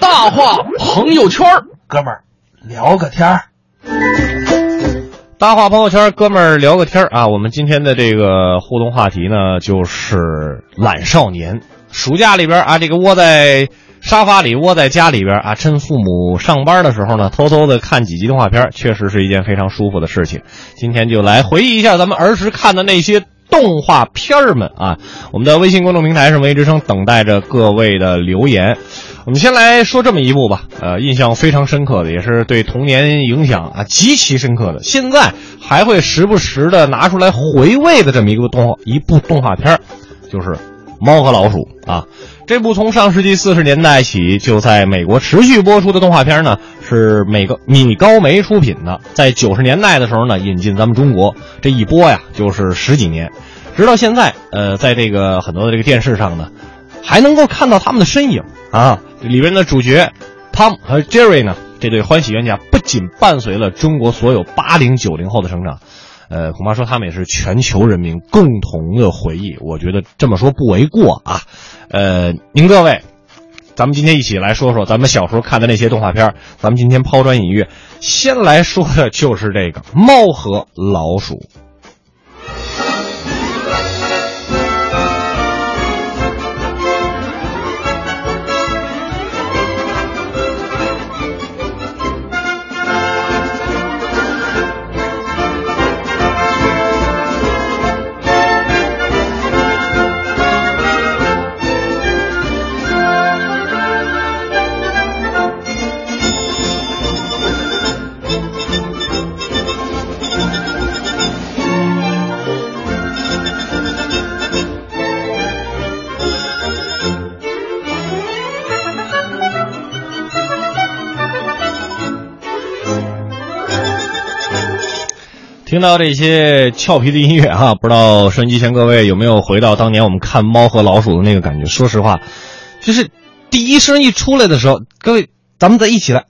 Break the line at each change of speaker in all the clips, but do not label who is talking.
大话朋友圈儿
哥们儿聊个天儿。
大话朋友圈，哥们儿聊个天儿啊！我们今天的这个互动话题呢，就是懒少年。暑假里边啊，这个窝在沙发里、窝在家里边啊，趁父母上班的时候呢，偷偷的看几集动画片儿，确实是一件非常舒服的事情。今天就来回忆一下咱们儿时看的那些动画片儿们啊！我们的微信公众平台是文艺之声，等待着各位的留言。我们先来说这么一部吧，呃，印象非常深刻的，也是对童年影响啊极其深刻的，现在还会时不时的拿出来回味的这么一个动画一部动画片儿，就是《猫和老鼠》啊。这部从上世纪四十年代起就在美国持续播出的动画片呢，是美个米高梅出品的，在九十年代的时候呢引进咱们中国，这一播呀就是十几年，直到现在，呃，在这个很多的这个电视上呢。还能够看到他们的身影啊！里边的主角汤姆和 Jerry 呢，这对欢喜冤家不仅伴随了中国所有八零九零后的成长，呃，恐怕说他们也是全球人民共同的回忆。我觉得这么说不为过啊。呃，您各位，咱们今天一起来说说咱们小时候看的那些动画片儿。咱们今天抛砖引玉，先来说的就是这个《猫和老鼠》。听到这些俏皮的音乐啊，不知道收音机前各位有没有回到当年我们看《猫和老鼠》的那个感觉？说实话，就是第一声一出来的时候，各位咱们再一起来，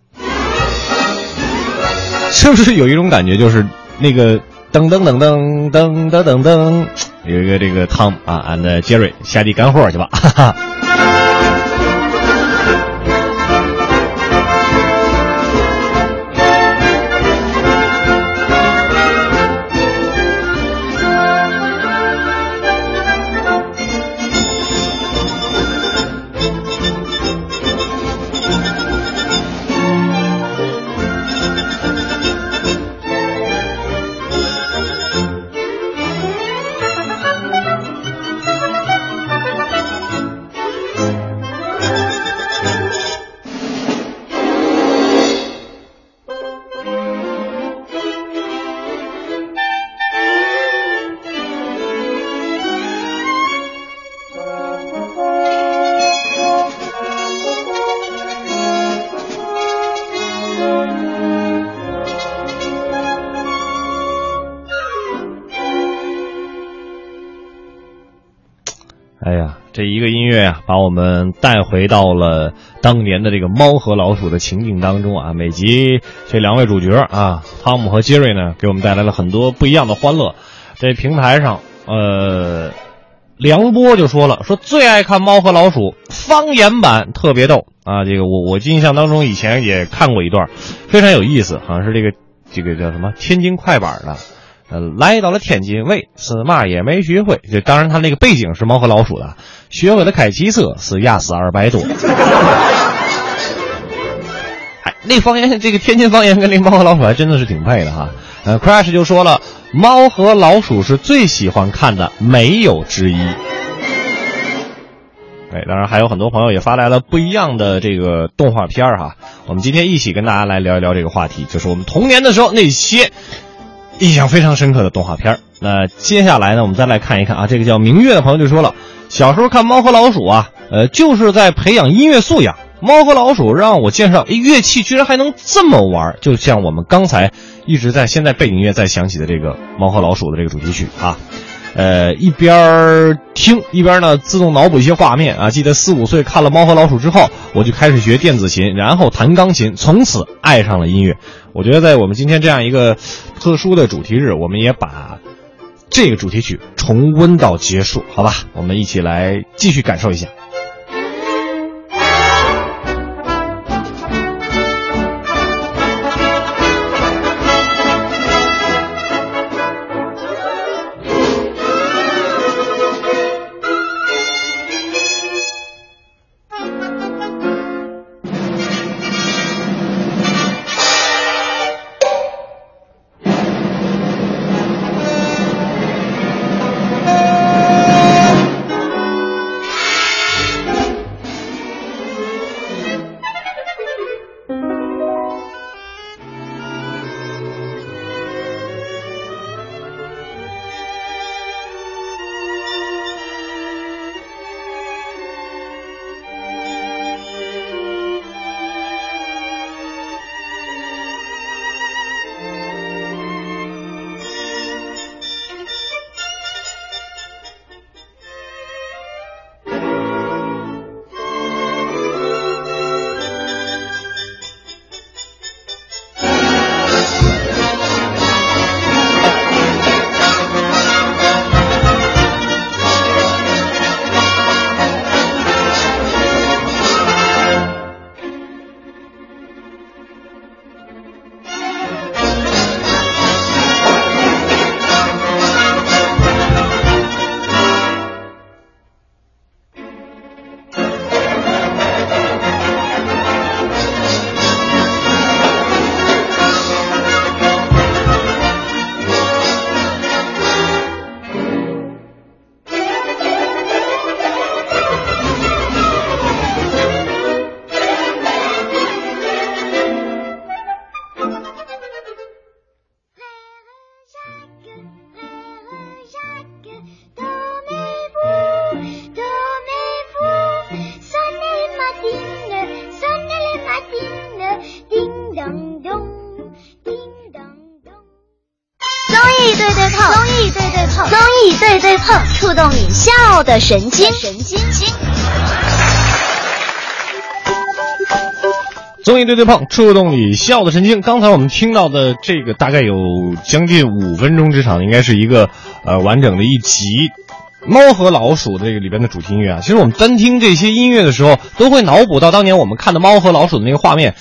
是不是有一种感觉，就是那个噔噔噔噔噔噔噔噔，有一个这个汤姆啊，and Jerry 下地干活去吧，哈哈。哎呀，这一个音乐啊，把我们带回到了当年的这个猫和老鼠的情境当中啊。每集这两位主角啊，汤姆和杰瑞呢，给我们带来了很多不一样的欢乐。这平台上，呃，梁波就说了，说最爱看《猫和老鼠》方言版，特别逗啊。这个我我印象当中以前也看过一段，非常有意思，好像是这个这个叫什么天津快板的。呃，来到了天津卫，是嘛也没学会。这当然，他那个背景是猫和老鼠的，学会了开汽车是压死二百多。哎，那方言，这个天津方言跟这猫和老鼠还真的是挺配的哈。呃，Crash 就说了，猫和老鼠是最喜欢看的，没有之一。哎，当然还有很多朋友也发来了不一样的这个动画片儿哈。我们今天一起跟大家来聊一聊这个话题，就是我们童年的时候那些印象非常深刻的动画片儿。那接下来呢，我们再来看一看啊，这个叫明月的朋友就说了，小时候看《猫和老鼠》啊，呃，就是在培养音乐素养。《猫和老鼠》让我见识到，诶乐器居然还能这么玩儿，就像我们刚才一直在现在背景音乐在响起的这个《猫和老鼠》的这个主题曲啊。呃，一边儿听一边儿呢，自动脑补一些画面啊。记得四五岁看了《猫和老鼠》之后，我就开始学电子琴，然后弹钢琴，从此爱上了音乐。我觉得在我们今天这样一个特殊的主题日，我们也把这个主题曲重温到结束，好吧？我们一起来继续感受一下。
对碰，综艺对对碰，综艺对对碰，触动你笑的神经，神经经。
综艺对对碰，触动你笑的神经。刚才我们听到的这个大概有将近五分钟之长，应该是一个呃完整的一集。猫和老鼠这个里边的主题音乐啊，其实我们单听这些音乐的时候，都会脑补到当年我们看的猫和老鼠的那个画面，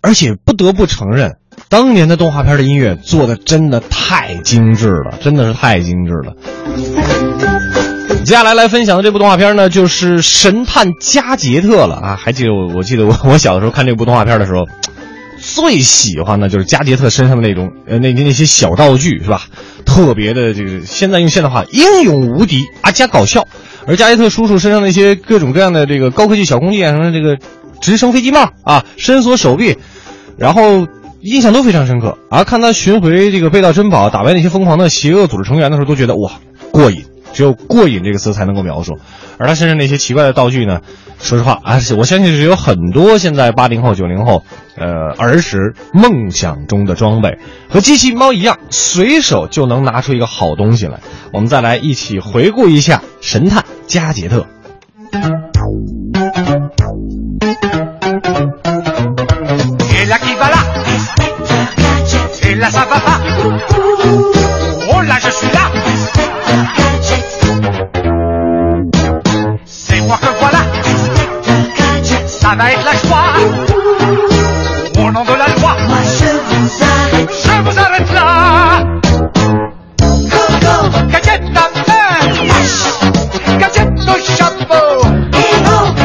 而且不得不承认，当年的动画片的音乐做的真的太精致了，真的是太精致了。接下来来分享的这部动画片呢，就是《神探加杰特》了啊！还记得我，我记得我我小的时候看这部动画片的时候，最喜欢的就是加杰特身上的那种呃那那些小道具是吧？特别的这个，现在用现代话英勇无敌啊加搞笑，而加杰特叔叔身上那些各种各样的这个高科技小工具啊，什么这个直升飞机帽啊，伸缩手臂，然后印象都非常深刻啊！看他寻回这个被盗珍宝，打败那些疯狂的邪恶组织成员的时候，都觉得哇过瘾。只有“过瘾”这个词才能够描述，而他身上那些奇怪的道具呢，说实话啊，我相信是有很多现在八零后、九零后，呃，儿时梦想中的装备，和机器猫一样，随手就能拿出一个好东西来。我们再来一起回顾一下《神探加杰特》。
Oh C'est moi que voilà. Ça va être la joie. Au nom de la loi. je vous arrête. là. Gadget à main. Gadget au chapeau.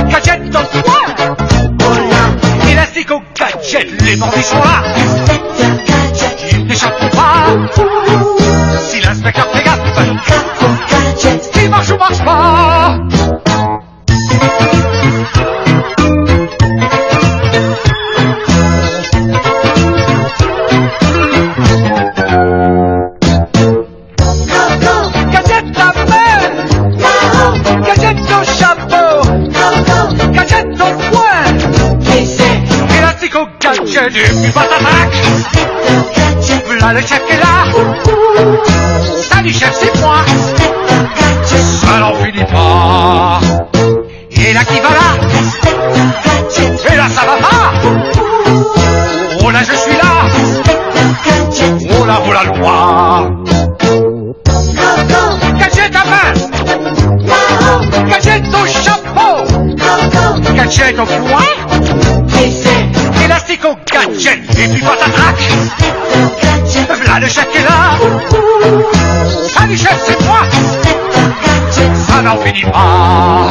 Gadget dans le toit. Élastique au gadget. Les bandits sont là. Ils n'échapperont pas. Si l'inspecteur fait gaffe. Il marche ou marche pas. Gadget à main. Gadget au chapeau. Gadget dans le coin. Élastique au gadget. Et puis patatac. Voilà le chef qui est là. Salut chef, c'est moi. Ça n'en finit pas. Et là qui va là Et là ça va pas Oh là je suis là Oh là voilà le roi Gadget à main Gadget au chapeau Gadget au poing Élastique au gadget Et puis patatac Voilà le chef qui est là Salut chef c'est moi Ça n'en finit pas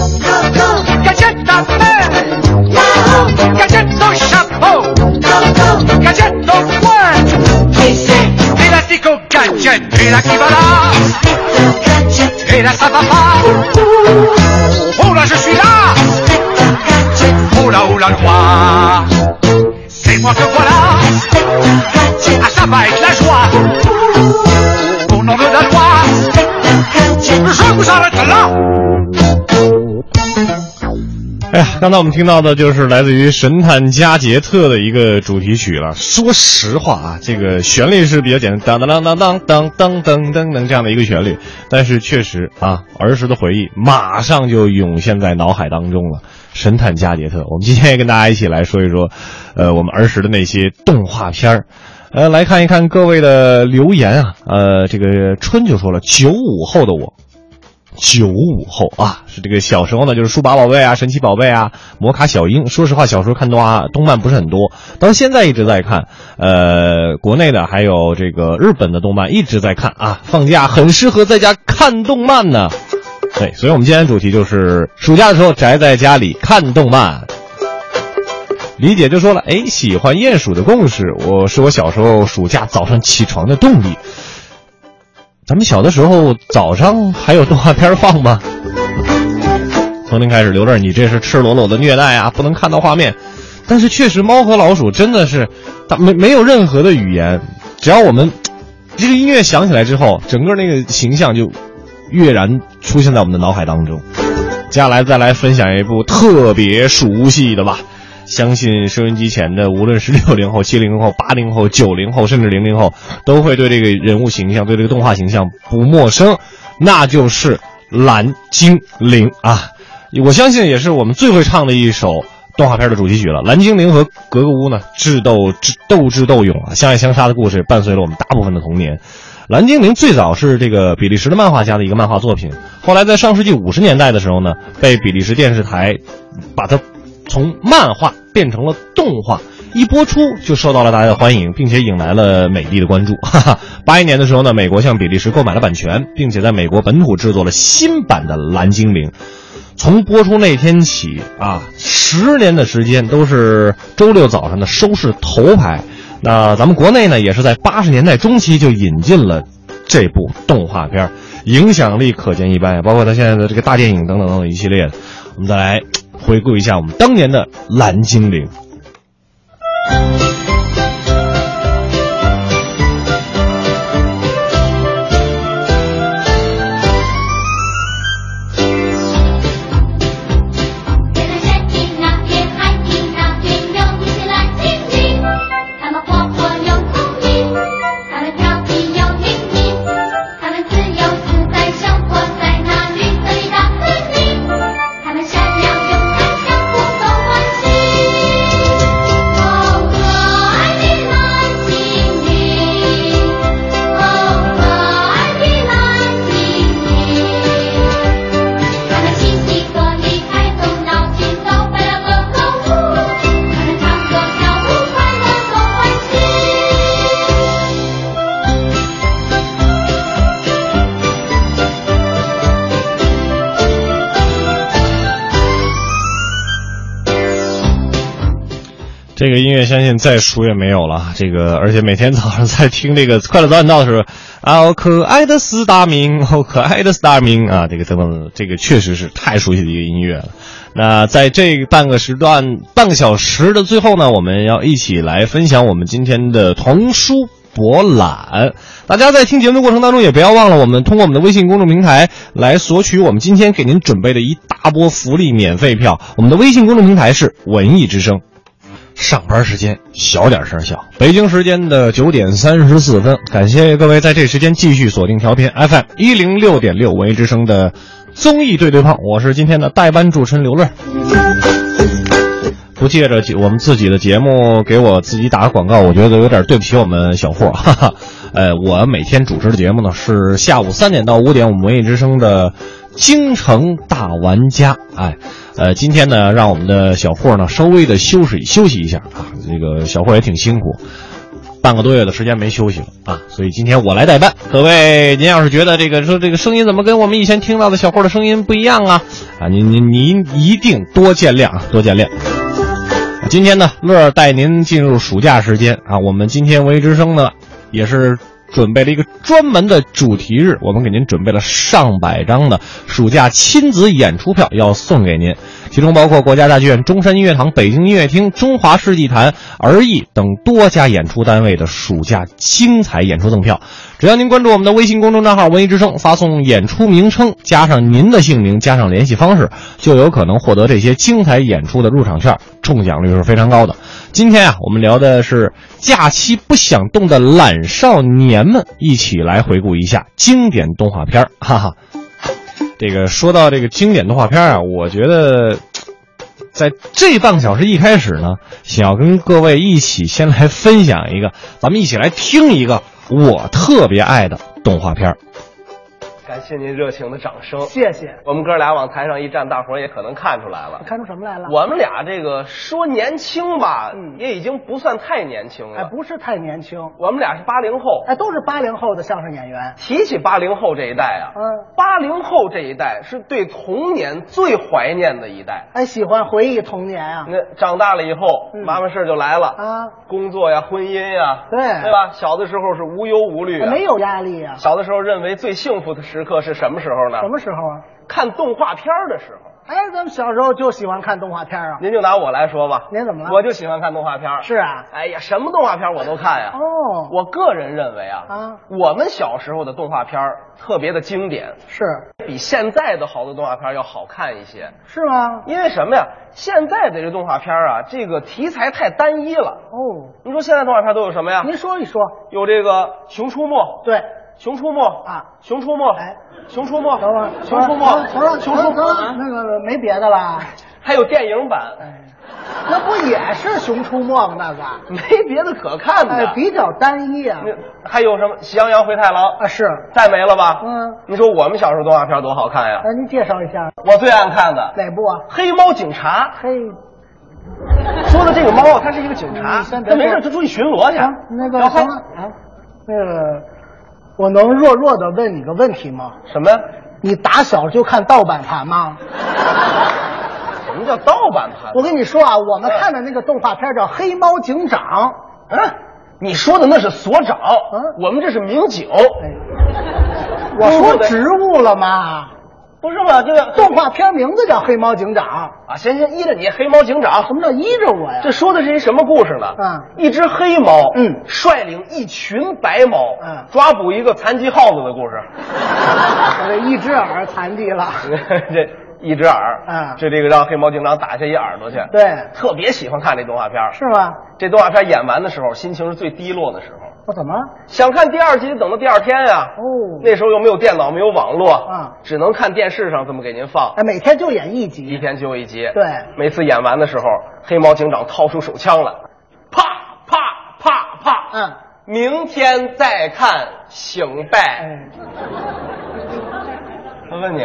Gadget à main Gadget au chapeau Gadget au poing Élastique au gadget Et là qui va là Et là ça va pas Oh là je suis là Oh là oh là loi C'est moi que voilà Ah ça va être la joie Au nom de la loi Je vous arrête là
哎呀，刚才我们听到的就是来自于《神探加杰特》的一个主题曲了。说实话啊，这个旋律是比较简单，当当当当当当当当当这样的一个旋律，但是确实啊，儿时的回忆马上就涌现在脑海当中了。《神探加杰特》，我们今天也跟大家一起来说一说，呃，我们儿时的那些动画片儿。呃，来看一看各位的留言啊，呃，这个春就说了，九五后的我九五后啊，是这个小时候呢，就是数码宝贝啊、神奇宝贝啊、摩卡小樱。说实话，小时候看动画动漫不是很多，到现在一直在看。呃，国内的还有这个日本的动漫一直在看啊。放假很适合在家看动漫呢。对，所以我们今天的主题就是暑假的时候宅在家里看动漫。李姐就说了，哎，喜欢鼹鼠的故事，我是我小时候暑假早上起床的动力。咱们小的时候早上还有动画片放吗？从零开始，刘乐，你这是赤裸裸的虐待啊！不能看到画面，但是确实，猫和老鼠真的是，它没没有任何的语言，只要我们这个音乐响起来之后，整个那个形象就跃然出现在我们的脑海当中。接下来再来分享一部特别熟悉的吧。相信收音机前的，无论是六零后、七零后、八零后、九零后，甚至零零后，都会对这个人物形象、对这个动画形象不陌生，那就是蓝精灵啊！我相信也是我们最会唱的一首动画片的主题曲了。蓝精灵和格格巫呢，智斗智斗智斗勇啊，相爱相杀的故事伴随了我们大部分的童年。蓝精灵最早是这个比利时的漫画家的一个漫画作品，后来在上世纪五十年代的时候呢，被比利时电视台把它从漫画变成了动画，一播出就受到了大家的欢迎，并且引来了美帝的关注。 哈哈，八一年的时候呢，美国向比利时购买了版权，并且在美国本土制作了新版的《蓝精灵》。从播出那天起啊，十年的时间都是周六早上的收视头牌。那咱们国内呢，也是在八十年代中期就引进了这部动画片儿，影响力可见一斑，包括它现在的这个大电影等等等等一系列的。我们再来回顾一下我们当年的蓝精灵。
月亮山顶那片海底那对有一些蓝精灵，它们活泼又聪明，它们调皮又灵敏，它们自由自在生活在那绿色的大森林，它们善良勇敢，相互都关心。哦，可爱的蓝精灵，哦，可爱的蓝精灵。他们嘻嘻呵，厉害动脑筋，都快乐和歌舞。他们唱歌跳舞，快乐多欢喜。
这个音乐相信再熟也没有了。这个，而且每天早上在听这个《快乐早点到》的时候，啊，我可爱的斯大明，我可爱的斯大明啊，这个等等，这个确实是太熟悉的一个音乐了。那在这个半个时段、半个小时的最后呢，我们要一起来分享我们今天的童书博览。大家在听节目的过程当中，也不要忘了我们通过我们的微信公众平台来索取我们今天给您准备的一大波福利免费票。我们的微信公众平台是“文艺之声”。上班时间小点声笑。北京时间的九点三十四分，感谢各位在这时间继续锁定调频 FM 一零六点六文艺之声的综艺对对碰，我是今天的代班主持人刘乐。不借着我们自己的节目给我自己打个广告，我觉得有点对不起我们小霍。 哈哈，呃，我每天主持的节目呢是下午三点到五点，我们文艺之声的《京城大玩家》。哎，呃，今天呢，让我们的小霍呢稍微的休息休息一下啊。这个小霍也挺辛苦，半个多月的时间没休息了啊，所以今天我来代班。各位，您要是觉得这个说这个声音怎么跟我们以前听到的小霍的声音不一样啊，啊，您您您一定多见谅啊，多见谅。今天呢，乐儿带您进入暑假时间啊。我们今天文艺之声呢，也是准备了一个专门的主题日，我们给您准备了上百张的暑假亲子演出票要送给您，其中包括国家大剧院、中山音乐堂、北京音乐厅、中华世纪坛、儿艺等多家演出单位的暑假精彩演出赠票。只要您关注我们的微信公众账号“文艺之声”，发送演出名称加上您的姓名加上联系方式，就有可能获得这些精彩演出的入场券，中奖率是非常高的。今天啊，我们聊的是假期不想动的懒少年们，一起来回顾一下经典动画片儿，哈哈。这个说到这个经典动画片儿啊，我觉得在这半个小时一开始呢，想要跟各位一起先来分享一个，咱们一起来听一个我特别爱的动画片儿。
感谢您热情的掌声。
谢谢。
我们哥俩往台上一站，大伙儿也可能看出来了。
看出什么来了？
我们俩这个说年轻吧，
嗯
也已经不算太年轻了。
哎，不是太年轻，
我们俩是八零后。
哎，都是八零后的相声演员。
提起八零后这一代啊，
嗯，
八零后这一代是对童年最怀念的一代。
哎，喜欢回忆童年啊。
那长大了以后，
嗯
麻烦事儿就来了，
啊，
工作呀、婚姻呀，
对哎
对吧？小的时候是无忧无虑、啊，
没。有压力啊。
小的时候认为最幸福的时刻是什么时候呢？
什么时候啊？
看动画片儿的时候。
哎，咱们小时候就喜欢看动画片啊。
您就拿我来说吧，
您怎么了
我就喜欢看动画片儿。
是啊，
哎呀，什么动画片儿我都看呀。
哦
我个人认为啊，
啊
我们小时候的动画片儿特别的经典，
是
比现在的好多动画片儿要好看一些。
是吗？
因为什么呀？现在的这动画片儿啊，这个题材太单一了。
哦，
你说现在动画片都有什么呀？
您说一说。
有这个《熊出没》，
对，
熊出没
啊，
熊出没，
哎，
熊出没，
等会儿，
熊出没，
行了，
熊
行
出没，
了，行了，
啊
那个没别 的了。
还有电影版，
哎，那不也是《熊出没》吗？那个，
没别的可看
哎，
的。嗯
比较单一啊。
那还有什么《喜羊羊灰太狼
啊，》，是，
再没了吧？
嗯，哎
你说我们小时候动画片多好看呀！
那您介绍一下
我最爱看的《
哪部啊？
黑猫警察
嘿，》，
说的这个猫啊，它是一个警察
嗯先，别
它没事
说
就出去巡逻去
行，。那个
然后
什么啊，那个，我能弱弱的问你个问题吗？
什么呀？
你打小就看盗版盘吗？
什么叫盗版盘？
我跟你说啊，我们看的那个动画片叫《黑猫警长
嗯，你说的那是所长，
嗯
我们这是民警，》。
哎，我
说
说
的
植物了吗？
不是吗？这个
动画片名字叫《黑猫警长
啊，行行，依着你，黑猫警》，
什
长。
么叫依着我呀？
这说的是一什么故事呢？
嗯
一只黑猫，
嗯
率领一群白猫，
嗯
抓捕一个残疾耗子的故事。
我这一只耳残疾了。
这一只耳，
嗯
这这个让黑猫警长打下一耳朵去。，
对，
特别喜欢看这动画片儿。
是吗？
这动画片演完的时候，心情是最低落的时候。
我怎么？
想看第二集，等到第二天呀、
哦
那时候又没有电脑，没有网络，
嗯
只能看电视上这么给您放，
哎，每天就演一
一
集。
天只有一集。
对
每次演完的时候，黑猫警长掏出手枪来，啪啪啪啪，
嗯，
明天再看，醒呗。
哎，
我问你，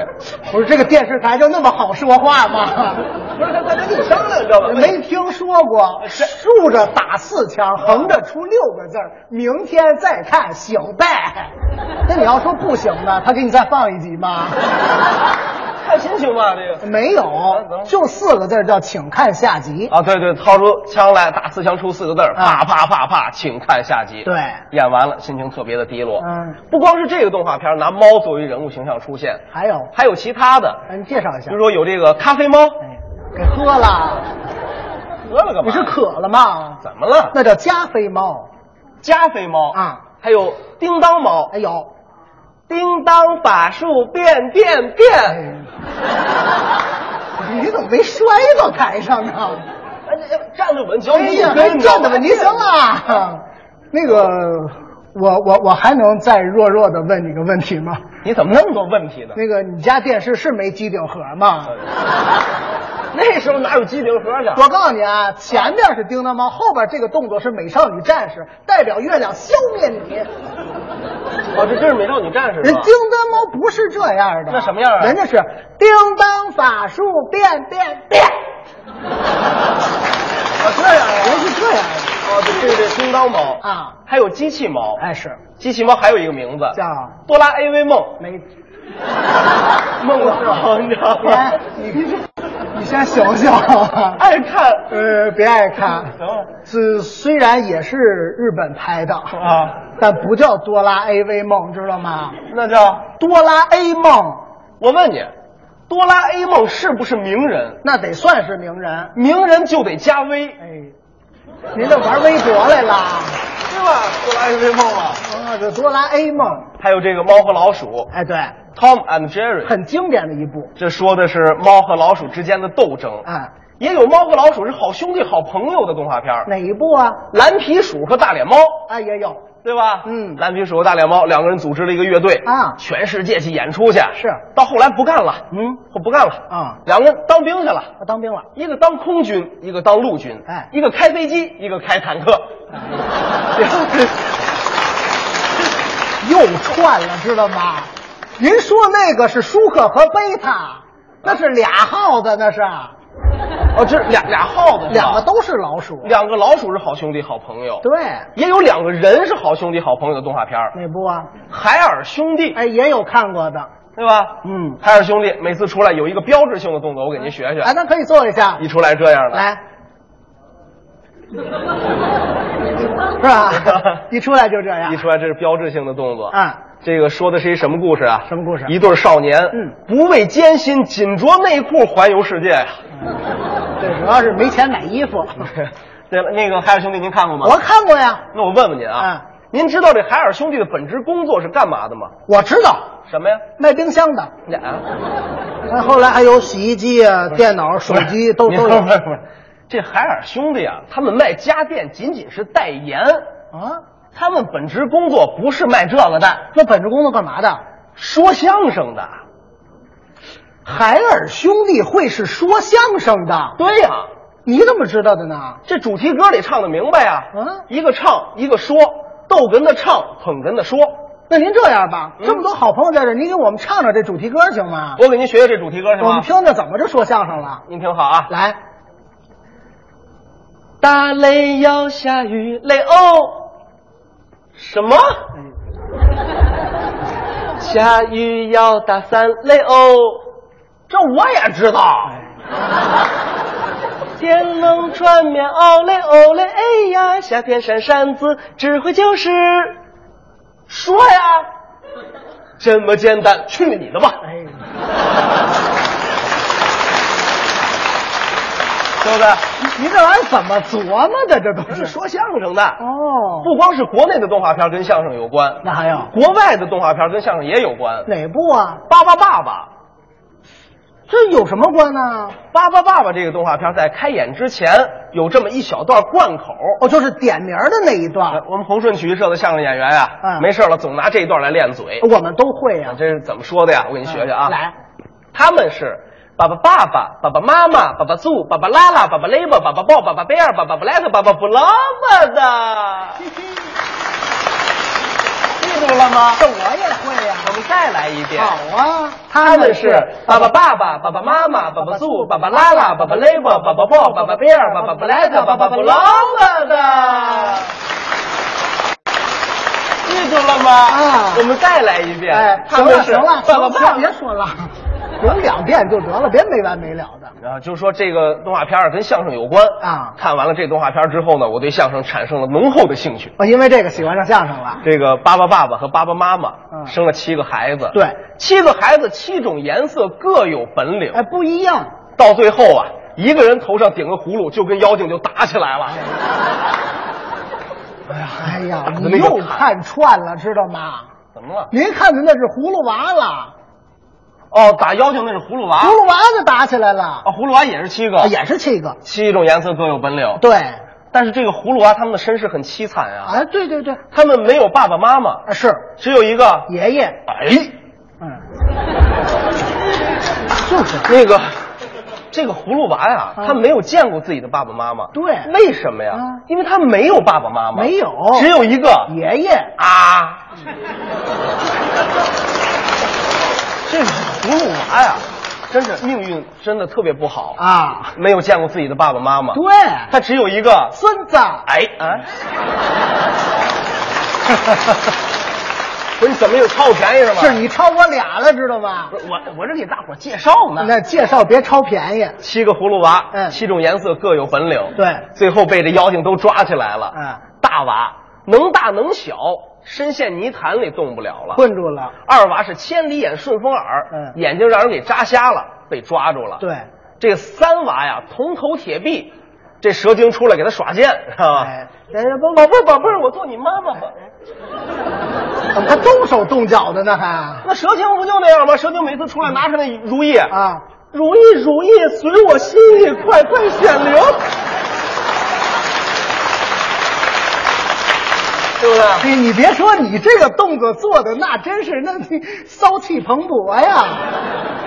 不是这个电视台就那么好说话吗？
不是他他没跟你商量，知道吧？
呃没听说过，
是
竖着打四枪，横着出六个字儿明天再看，醒呗。那你要说不行呢，他给你再放一集吗？
看心情吧，这个。
没
怎么
有，就四个字儿叫请看下集。
啊，对对，掏出枪来，打四枪出四个字儿，啪啪啪啪，请看下集。
嗯对，
演完了，心情特别的低落。
嗯，
不光是这个动画片拿猫作为人物形象出现，
还有，
还有其他的，
哎你介绍一
比
下
如。说有这个咖啡猫，
哎，给喝了，
得了个
你
你
是
是可
渴了吗？
怎么了？
那叫加菲猫
加菲猫，
啊！
还有叮当猫
哎，有，
叮当法术变变
哎
变。
你怎么没摔到台上啊呢？
哎这这站得稳，脚
哎
底
呀
一，跟，
站的问题行啊。那个，我我我还能再弱弱的问你个问题吗？
你怎么那么多问题呢？
那个，你家电视是没机顶盒吗？
那时候哪有机顶盒去？
我告诉你啊，前面是叮当猫，后边这个动作是美少女战士，代表月亮消灭你。
哦，这就是美少女战士
人
是吧
叮当猫不是这样的，
那什么样啊
人家是叮当法术变变变，
哦这样啊
人是这样的
哦，对对对，叮当猫，
啊。
还有机器猫。
哎，是
机器猫还有一个名字
叫
哆啦 A 梦，
没
梦王，你知道吗？
你你先醒醒。
爱哎看。
呃，别爱看，
等会儿
这虽然也是日本拍的
啊，
但不叫哆啦 A V 梦，知道吗？
那叫
哆啦 A 梦
我问你，哆啦 A 梦是不是名人？
那得算是名人。
名人就得加 V，
哎，您这玩微博来啦？
对吧？哆啦 A 梦啊，
啊，这哆啦 A 梦，
还有这个猫和老鼠
哎，对，
，Tom and Jerry，
很经典的一部。
这说的是猫和老鼠之间的斗争。
啊，
也有猫和老鼠是好兄弟、好朋友的动画片儿，
哪一部啊？
蓝皮鼠和大脸猫，
啊，也有。
对吧？
嗯
蓝皮鼠和大脸猫两个人组织了一个乐队
啊
全世界去演出去。
是
到后来不干了，
嗯，
我不干了
啊
两个人当兵去了。
他当兵了。
一个当空军，一个当陆军，
哎
一个开飞机，一个开坦克，
又串了，知道吗？您说那个是舒克和贝塔，那是俩耗子，那是
哦，这俩俩耗子，
两个，都是老鼠。
两个老鼠是好兄弟、好朋友，
对，
也有两个人是好兄弟、好朋友的动画片儿
哪部啊？
海尔兄弟，
哎，也有看过的。
对吧？
嗯，
海尔兄弟每次出来
哎
有一个标志性的动作，我给您学学
哎，，咱可以做一下
一。出来这样的，
来，是吧？一出来就这样
一。出来这是标志性的动作。
啊，
这个说的是一什么故事啊？
什么故事
一对少年，
嗯，
不畏艰辛，紧着内裤环游世界呀。
对，主要是没钱买衣 服。
对了，那个海尔兄弟您看过吗？
我看过呀，
那我问问您啊，您知道这海尔兄弟的本职工作是干嘛的吗？
我知道
什么呀？
卖冰箱的，
俩、啊、
那后来还有洗衣机啊、电脑、手机都
您
都有
不是不是，这海尔兄弟啊，他们卖家电仅仅是代言，
啊。
他们本职工作不是卖这个的，
那本职工作干嘛的？
说相声的。
海尔兄弟会是说相声的，
对呀、
你怎么知道的呢？
这主题歌里唱的明白呀、
嗯
一个唱一个说，逗哏的唱，捧哏的说。
那您这样吧，
嗯
这么多好朋友在这儿，您给我们唱唱这主题歌行吗？
我给您学学这主题歌行
我们
吗？
听听怎么就说相声了。
您听好啊。
来，
打雷要下雨雷欧，什么？下雨要打伞雷哦欧，这我也知道。天冷穿棉袄嘞哦嘞哎呀，夏天扇扇子，指挥就是说呀，这么简单，去你的吧！
哎，
对不对？
您这玩意儿怎么琢磨的？这都
是
是
说相声的，
哦，
不光是国内的动画片跟相声有关，
那还有
国外的动画片跟相声也有关。
哪部啊？
《巴巴爸爸》
这有什么关呢？
《巴巴爸爸》这个动画片在开演之前有这么一小段贯口。
哦，就是点名儿的那一
呃
段，
我们红顺曲艺社的相声演员呀、
嗯
没事了总拿这一段来练嘴。
我们都会呀、
这是怎么说的呀？我给你学学啊。
嗯来，
他们是爸爸爸爸、爸爸妈妈、爸爸祖、爸爸拉拉、爸爸雷巴、爸爸鲍、爸爸贝尔、爸爸布莱克、爸爸布拉巴的。记住了吗？
这我也会呀、
我们再来一遍。
好啊，
他们是爸爸爸爸、爸爸妈妈、爸爸祖、爸爸拉拉、爸爸雷巴、爸爸鲍、爸爸贝尔、爸爸布莱克、爸爸布拉巴的。记住了吗？
啊
我们再来一遍。
哎，
他
行
们
了
是
行了，
爸爸
行了
爸爸
别说了，整两遍就得了，别没完没了的。
啊，就说这个动画片儿跟相声有关
啊
看完了这动画片儿之后呢，我对相声产生了浓厚的兴趣。
我哦因为这个喜欢上相声了。
这个巴巴爸爸和巴巴妈妈
嗯
生了七个孩子，
对，
七个孩子七种颜色各有本领，
哎，不一样，
到最后啊，一个人头上顶个葫芦就跟妖精就打起来了。
哎呀
打，的
你
那个
又看串了，知道吗？
怎么了？
您看的那是葫芦娃了，
哦，打妖精那是葫芦娃，
葫芦娃就打起来了
啊，，葫芦娃也是七个，
啊也是七个，
七种颜色各有本领。
对，
但是这个葫芦娃他们的身世很凄惨啊，
啊，对对对，
他们没有爸爸妈妈，
啊是
只有一个
爷爷，
哎。
嗯，就是
那个，这个葫芦娃呀，
啊
他没有见过自己的爸爸妈妈。
对
为什么呀
啊？
因为他嗯没有爸爸妈妈，
没有
只有嗯一个
爷爷，
啊。这个葫芦娃呀，真是命运真的特别不好，
啊，
没有见过自己的爸爸妈妈，
对，
他只有一个
孙子，
哎啊。 不是你怎么有超便宜是吗？
是你超我俩了，知道吗
不？是我我这给大伙儿介绍呢。
那介绍别超便宜，
七个葫芦娃，
嗯
七种颜色各有本领，
对
最后被这妖精都抓起来了。
嗯，
大娃能大能小，深陷泥潭里动不了了。
困住了，
二娃是千里眼顺风耳，
嗯
眼睛让人给扎瞎了，被抓住了。，
对，
这个三娃呀，铜头铁臂，这蛇精出来给他耍剑，是吧？
哎，人家不
宝贝儿，宝贝儿，我做你妈妈吧。
怎么还动手动脚的呢？还
那蛇精不就那样吗？蛇精每次出来拿出那如意，
啊，
如意如意，随我心意，快快显灵，对不对？
哎你你别说，你这个动作做的那真是那你骚气蓬勃呀，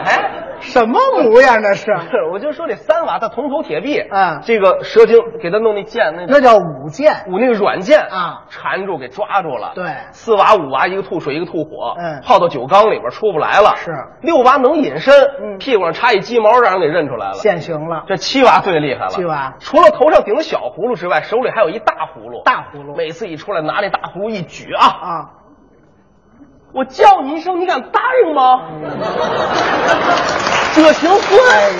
哎，
什么模样那是？
是，我就说这三娃他铜头铁臂，
啊
这个蛇精给他弄那剑，那
那叫舞剑，
舞那个软剑
啊
缠住给抓住了。
对
四娃五娃一个吐水一个吐火，
嗯
泡到酒缸里边出不来了。
是
六娃能隐身，
嗯
屁股上插一鸡毛，让人给认出来了。
现形了，
这七娃最厉害了。
七娃
除了头上顶小葫芦之外，手里还有一大葫芦。
大葫芦
每次一出来拿那大葫芦一举啊，
啊，
我叫你一声，你敢答应吗？
嗯
这行
哎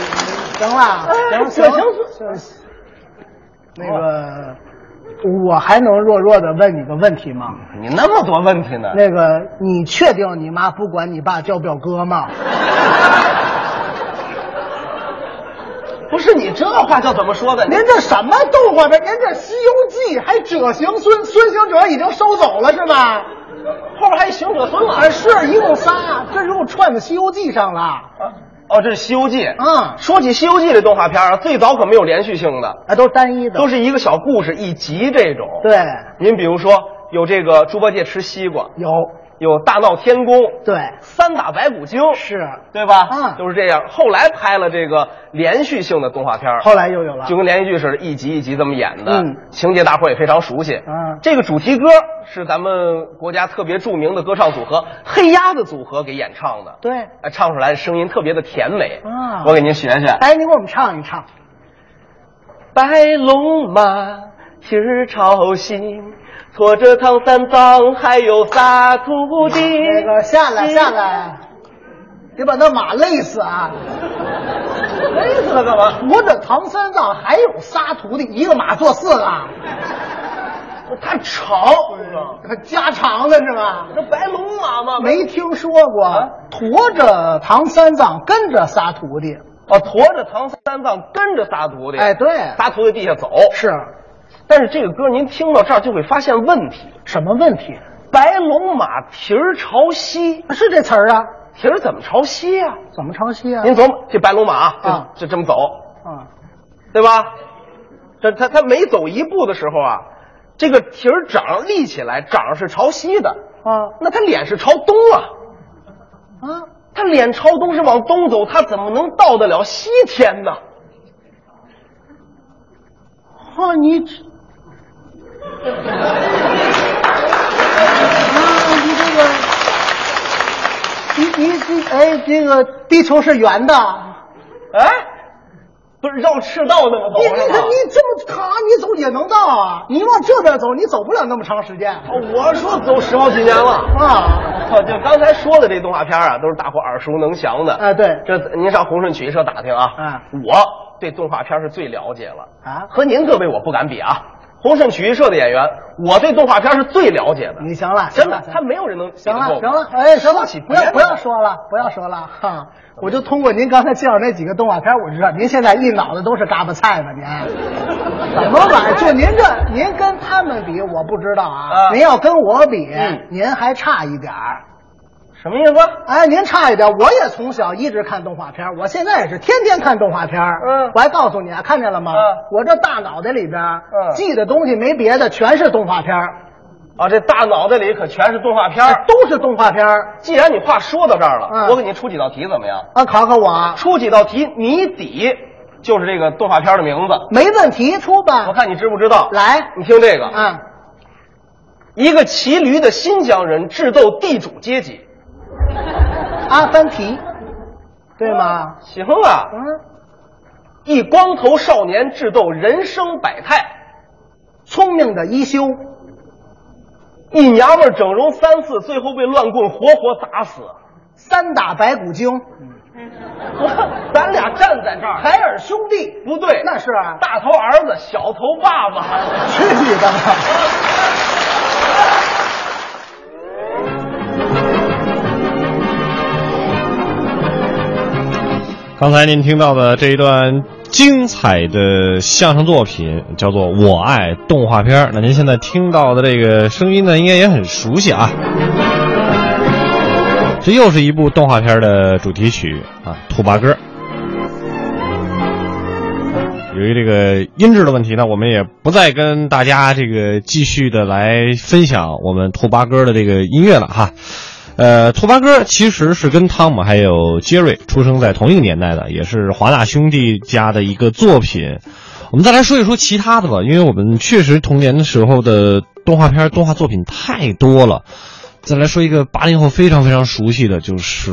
孙，，
行了，
哎
行
行
行行，那个，我还能弱弱的问你个问题吗？
你那么多问题呢？
那个，你确定你妈不管你爸叫表哥吗？
不是你这话叫怎么说的？
您这什么动画片？您这《西游记》还者行孙，孙行者已经收走了是吧？
后边还行者孙了
啊，？是一共仨，这又串到《西游记》上了。
哦，这是《西游记》。
嗯，
说起《西游记》这动画片啊，最早可没有连续性的，
啊，都是单一的，
都
是
是一个小故事一集这种。，
对，
您比如说有这个猪八戒吃西瓜，
有
有大闹天宫，
对
三打白骨精，
是，
对吧？
嗯
就是这样。后来拍了这个连续性的动画片儿，
后来又有了，
就跟连续剧似的，一集一集这么演的，
嗯
情节大伙儿也非常熟悉。
嗯
这个主题歌是咱们国家特别著名的歌唱组合黑鸭子组合给演唱的，
对，
哎唱出来的声音特别的甜美。
啊
我给您学学。
哎，你给我们唱一唱，
白龙马蹄儿朝西，驮着唐三藏还有仨徒弟。
那个下来下来，你把那马累死啊！
累死他干嘛？
驮着唐三藏还有仨徒弟，一个马坐四 个，啊
太吵了。
可加长啊的是啊吧？
这白龙马嘛，
没听说过，驮着唐三藏跟着仨徒弟，
啊，驮着唐三藏跟着仨徒弟。
哎，，对，
仨徒弟地下走。
是
但是这个歌您听到这儿就会发现问题：
什么问题？
白龙马蹄儿朝西，
是这词儿啊？
蹄儿怎么朝西呀、
怎么抄袭啊？
您琢磨，这白龙马啊，这、
啊
这这么走，
啊，
对吧？这他他每走一步的时候啊，这个蹄儿掌立起来，掌是朝西的
啊
那他脸是朝东啊，
啊，
他脸朝东是往东走，他怎么能到得了西天呢？
哈你这。啊，你这个，你你这哎，这个地球是圆的，
哎，不是绕赤道那么走
你
是
你
吧？
你这么卡，你走也能到啊？你往这边走，你走不了那么长时间
哦我说走十好几年了。
啊！
哦，就刚才说的这动画片啊，都是大伙耳熟能详的。
啊，对
这您上红顺曲艺社打听啊。
啊
我对动画片是最了解了，
啊，
和您各位我不敢比啊。红顺曲艺社的演员，我对动画片是最了解的。
你行了，
真的，
行了
他没有人能
行了，
比得
行
过我
了，哎，行了，
起
不要
别的
不要说了，不要说了哈！我就通过您刚才介绍那几个动画片，我知道您现在一脑袋都是嘎巴菜 吧？您什么玩意儿？就您这，您跟他们比，我不知道啊。
啊
您要跟我比
嗯，
您还差一点儿。
什么意思？
哎，您差一点，我也从小一直看动画片，我现在也是天天看动画片。
嗯
我还告诉你啊，看见了吗？
嗯
我这大脑袋里边，
嗯
记的东西没别的，全是动画片儿，
啊，这大脑袋里可全是动画片
哎
儿。
都是动画片儿
既然你话说到这儿了，
嗯
我给你出几道题怎么样？
啊！考考我啊，
出几道题谜底，就是这个动画片的名字。
没问题，出吧
我。看你知不知道？，
嗯来，
你听这个。
嗯，
一个骑驴的新疆人智斗地主阶级。
阿凡提，对吗？
行啊，
嗯，
一光头少年智斗人生百态，
聪明的一休，
一娘们儿整容三次，最后被乱棍活活打死。
三打白骨精，
我 咱俩站在这儿，
海尔兄弟，
不对，
那是啊，
大头儿子，小头爸爸。
去你的吧！
刚才您听到的这一段精彩的相声作品叫做《我爱动画片》，那您现在听到的这个声音呢，应该也很熟悉啊。这又是一部动画片的主题曲啊，《兔八哥》。由于这个音质的问题呢，我们也不再跟大家这个继续的来分享我们兔八哥的这个音乐了哈。呃，兔八哥其实是跟汤姆还有杰瑞出生在同一个年代的，也是华纳兄弟家的一个作品。我们再来说一说其他的吧，因为我们确实童年的时候的动画片、动画作品太多了。再来说一个八零后非常非常熟悉的，就是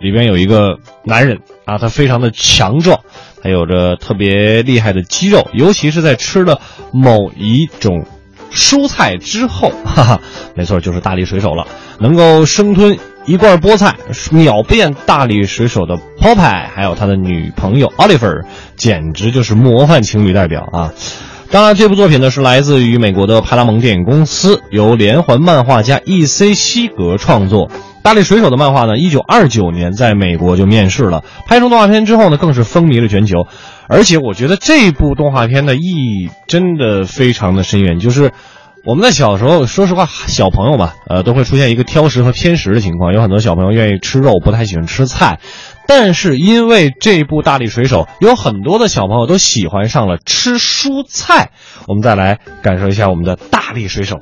里边有一个男人啊，他非常的强壮，他有着特别厉害的肌肉，尤其是在吃了某一种蔬菜之后，哈哈，没错，就是大力水手了，能够生吞一罐菠菜，秒变大力水手的 Popeye，还有他的女朋友 Oliver，简直就是模范情侣代表啊！当然，这部作品呢是来自于美国的派拉蒙电影公司，由连环漫画家 E.C. 西格创作。大力水手的漫画呢，一九二九年在美国就面世了，拍成动画片之后呢，更是风靡了全球。而且我觉得这部动画片的意义真的非常的深远，就是我们在小时候，说实话，小朋友嘛，呃，都会出现一个挑食和偏食的情况，有很多小朋友愿意吃肉，不太喜欢吃菜。但是因为这部《大力水手》，有很多的小朋友都喜欢上了吃蔬菜。我们再来感受一下我们的大力水手。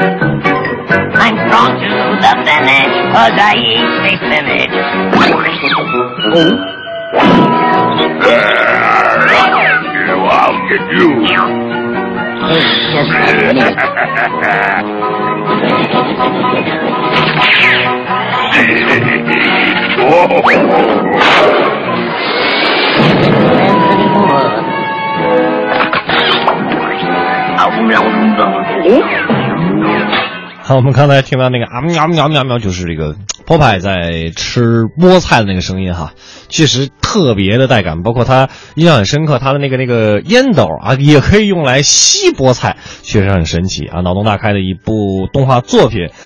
I'm strong to the finish, cause I eat the spinach. Oh.
I'll get you.
好，我们刚才听到那个啊喵喵喵喵，就是这个 Popeye 在吃菠菜的那个声音哈，确实特别的带感。包括他印象很深刻，他的那个那个烟斗啊，也可以用来吸菠菜，确实很神奇啊，脑洞大开的一部动画作品。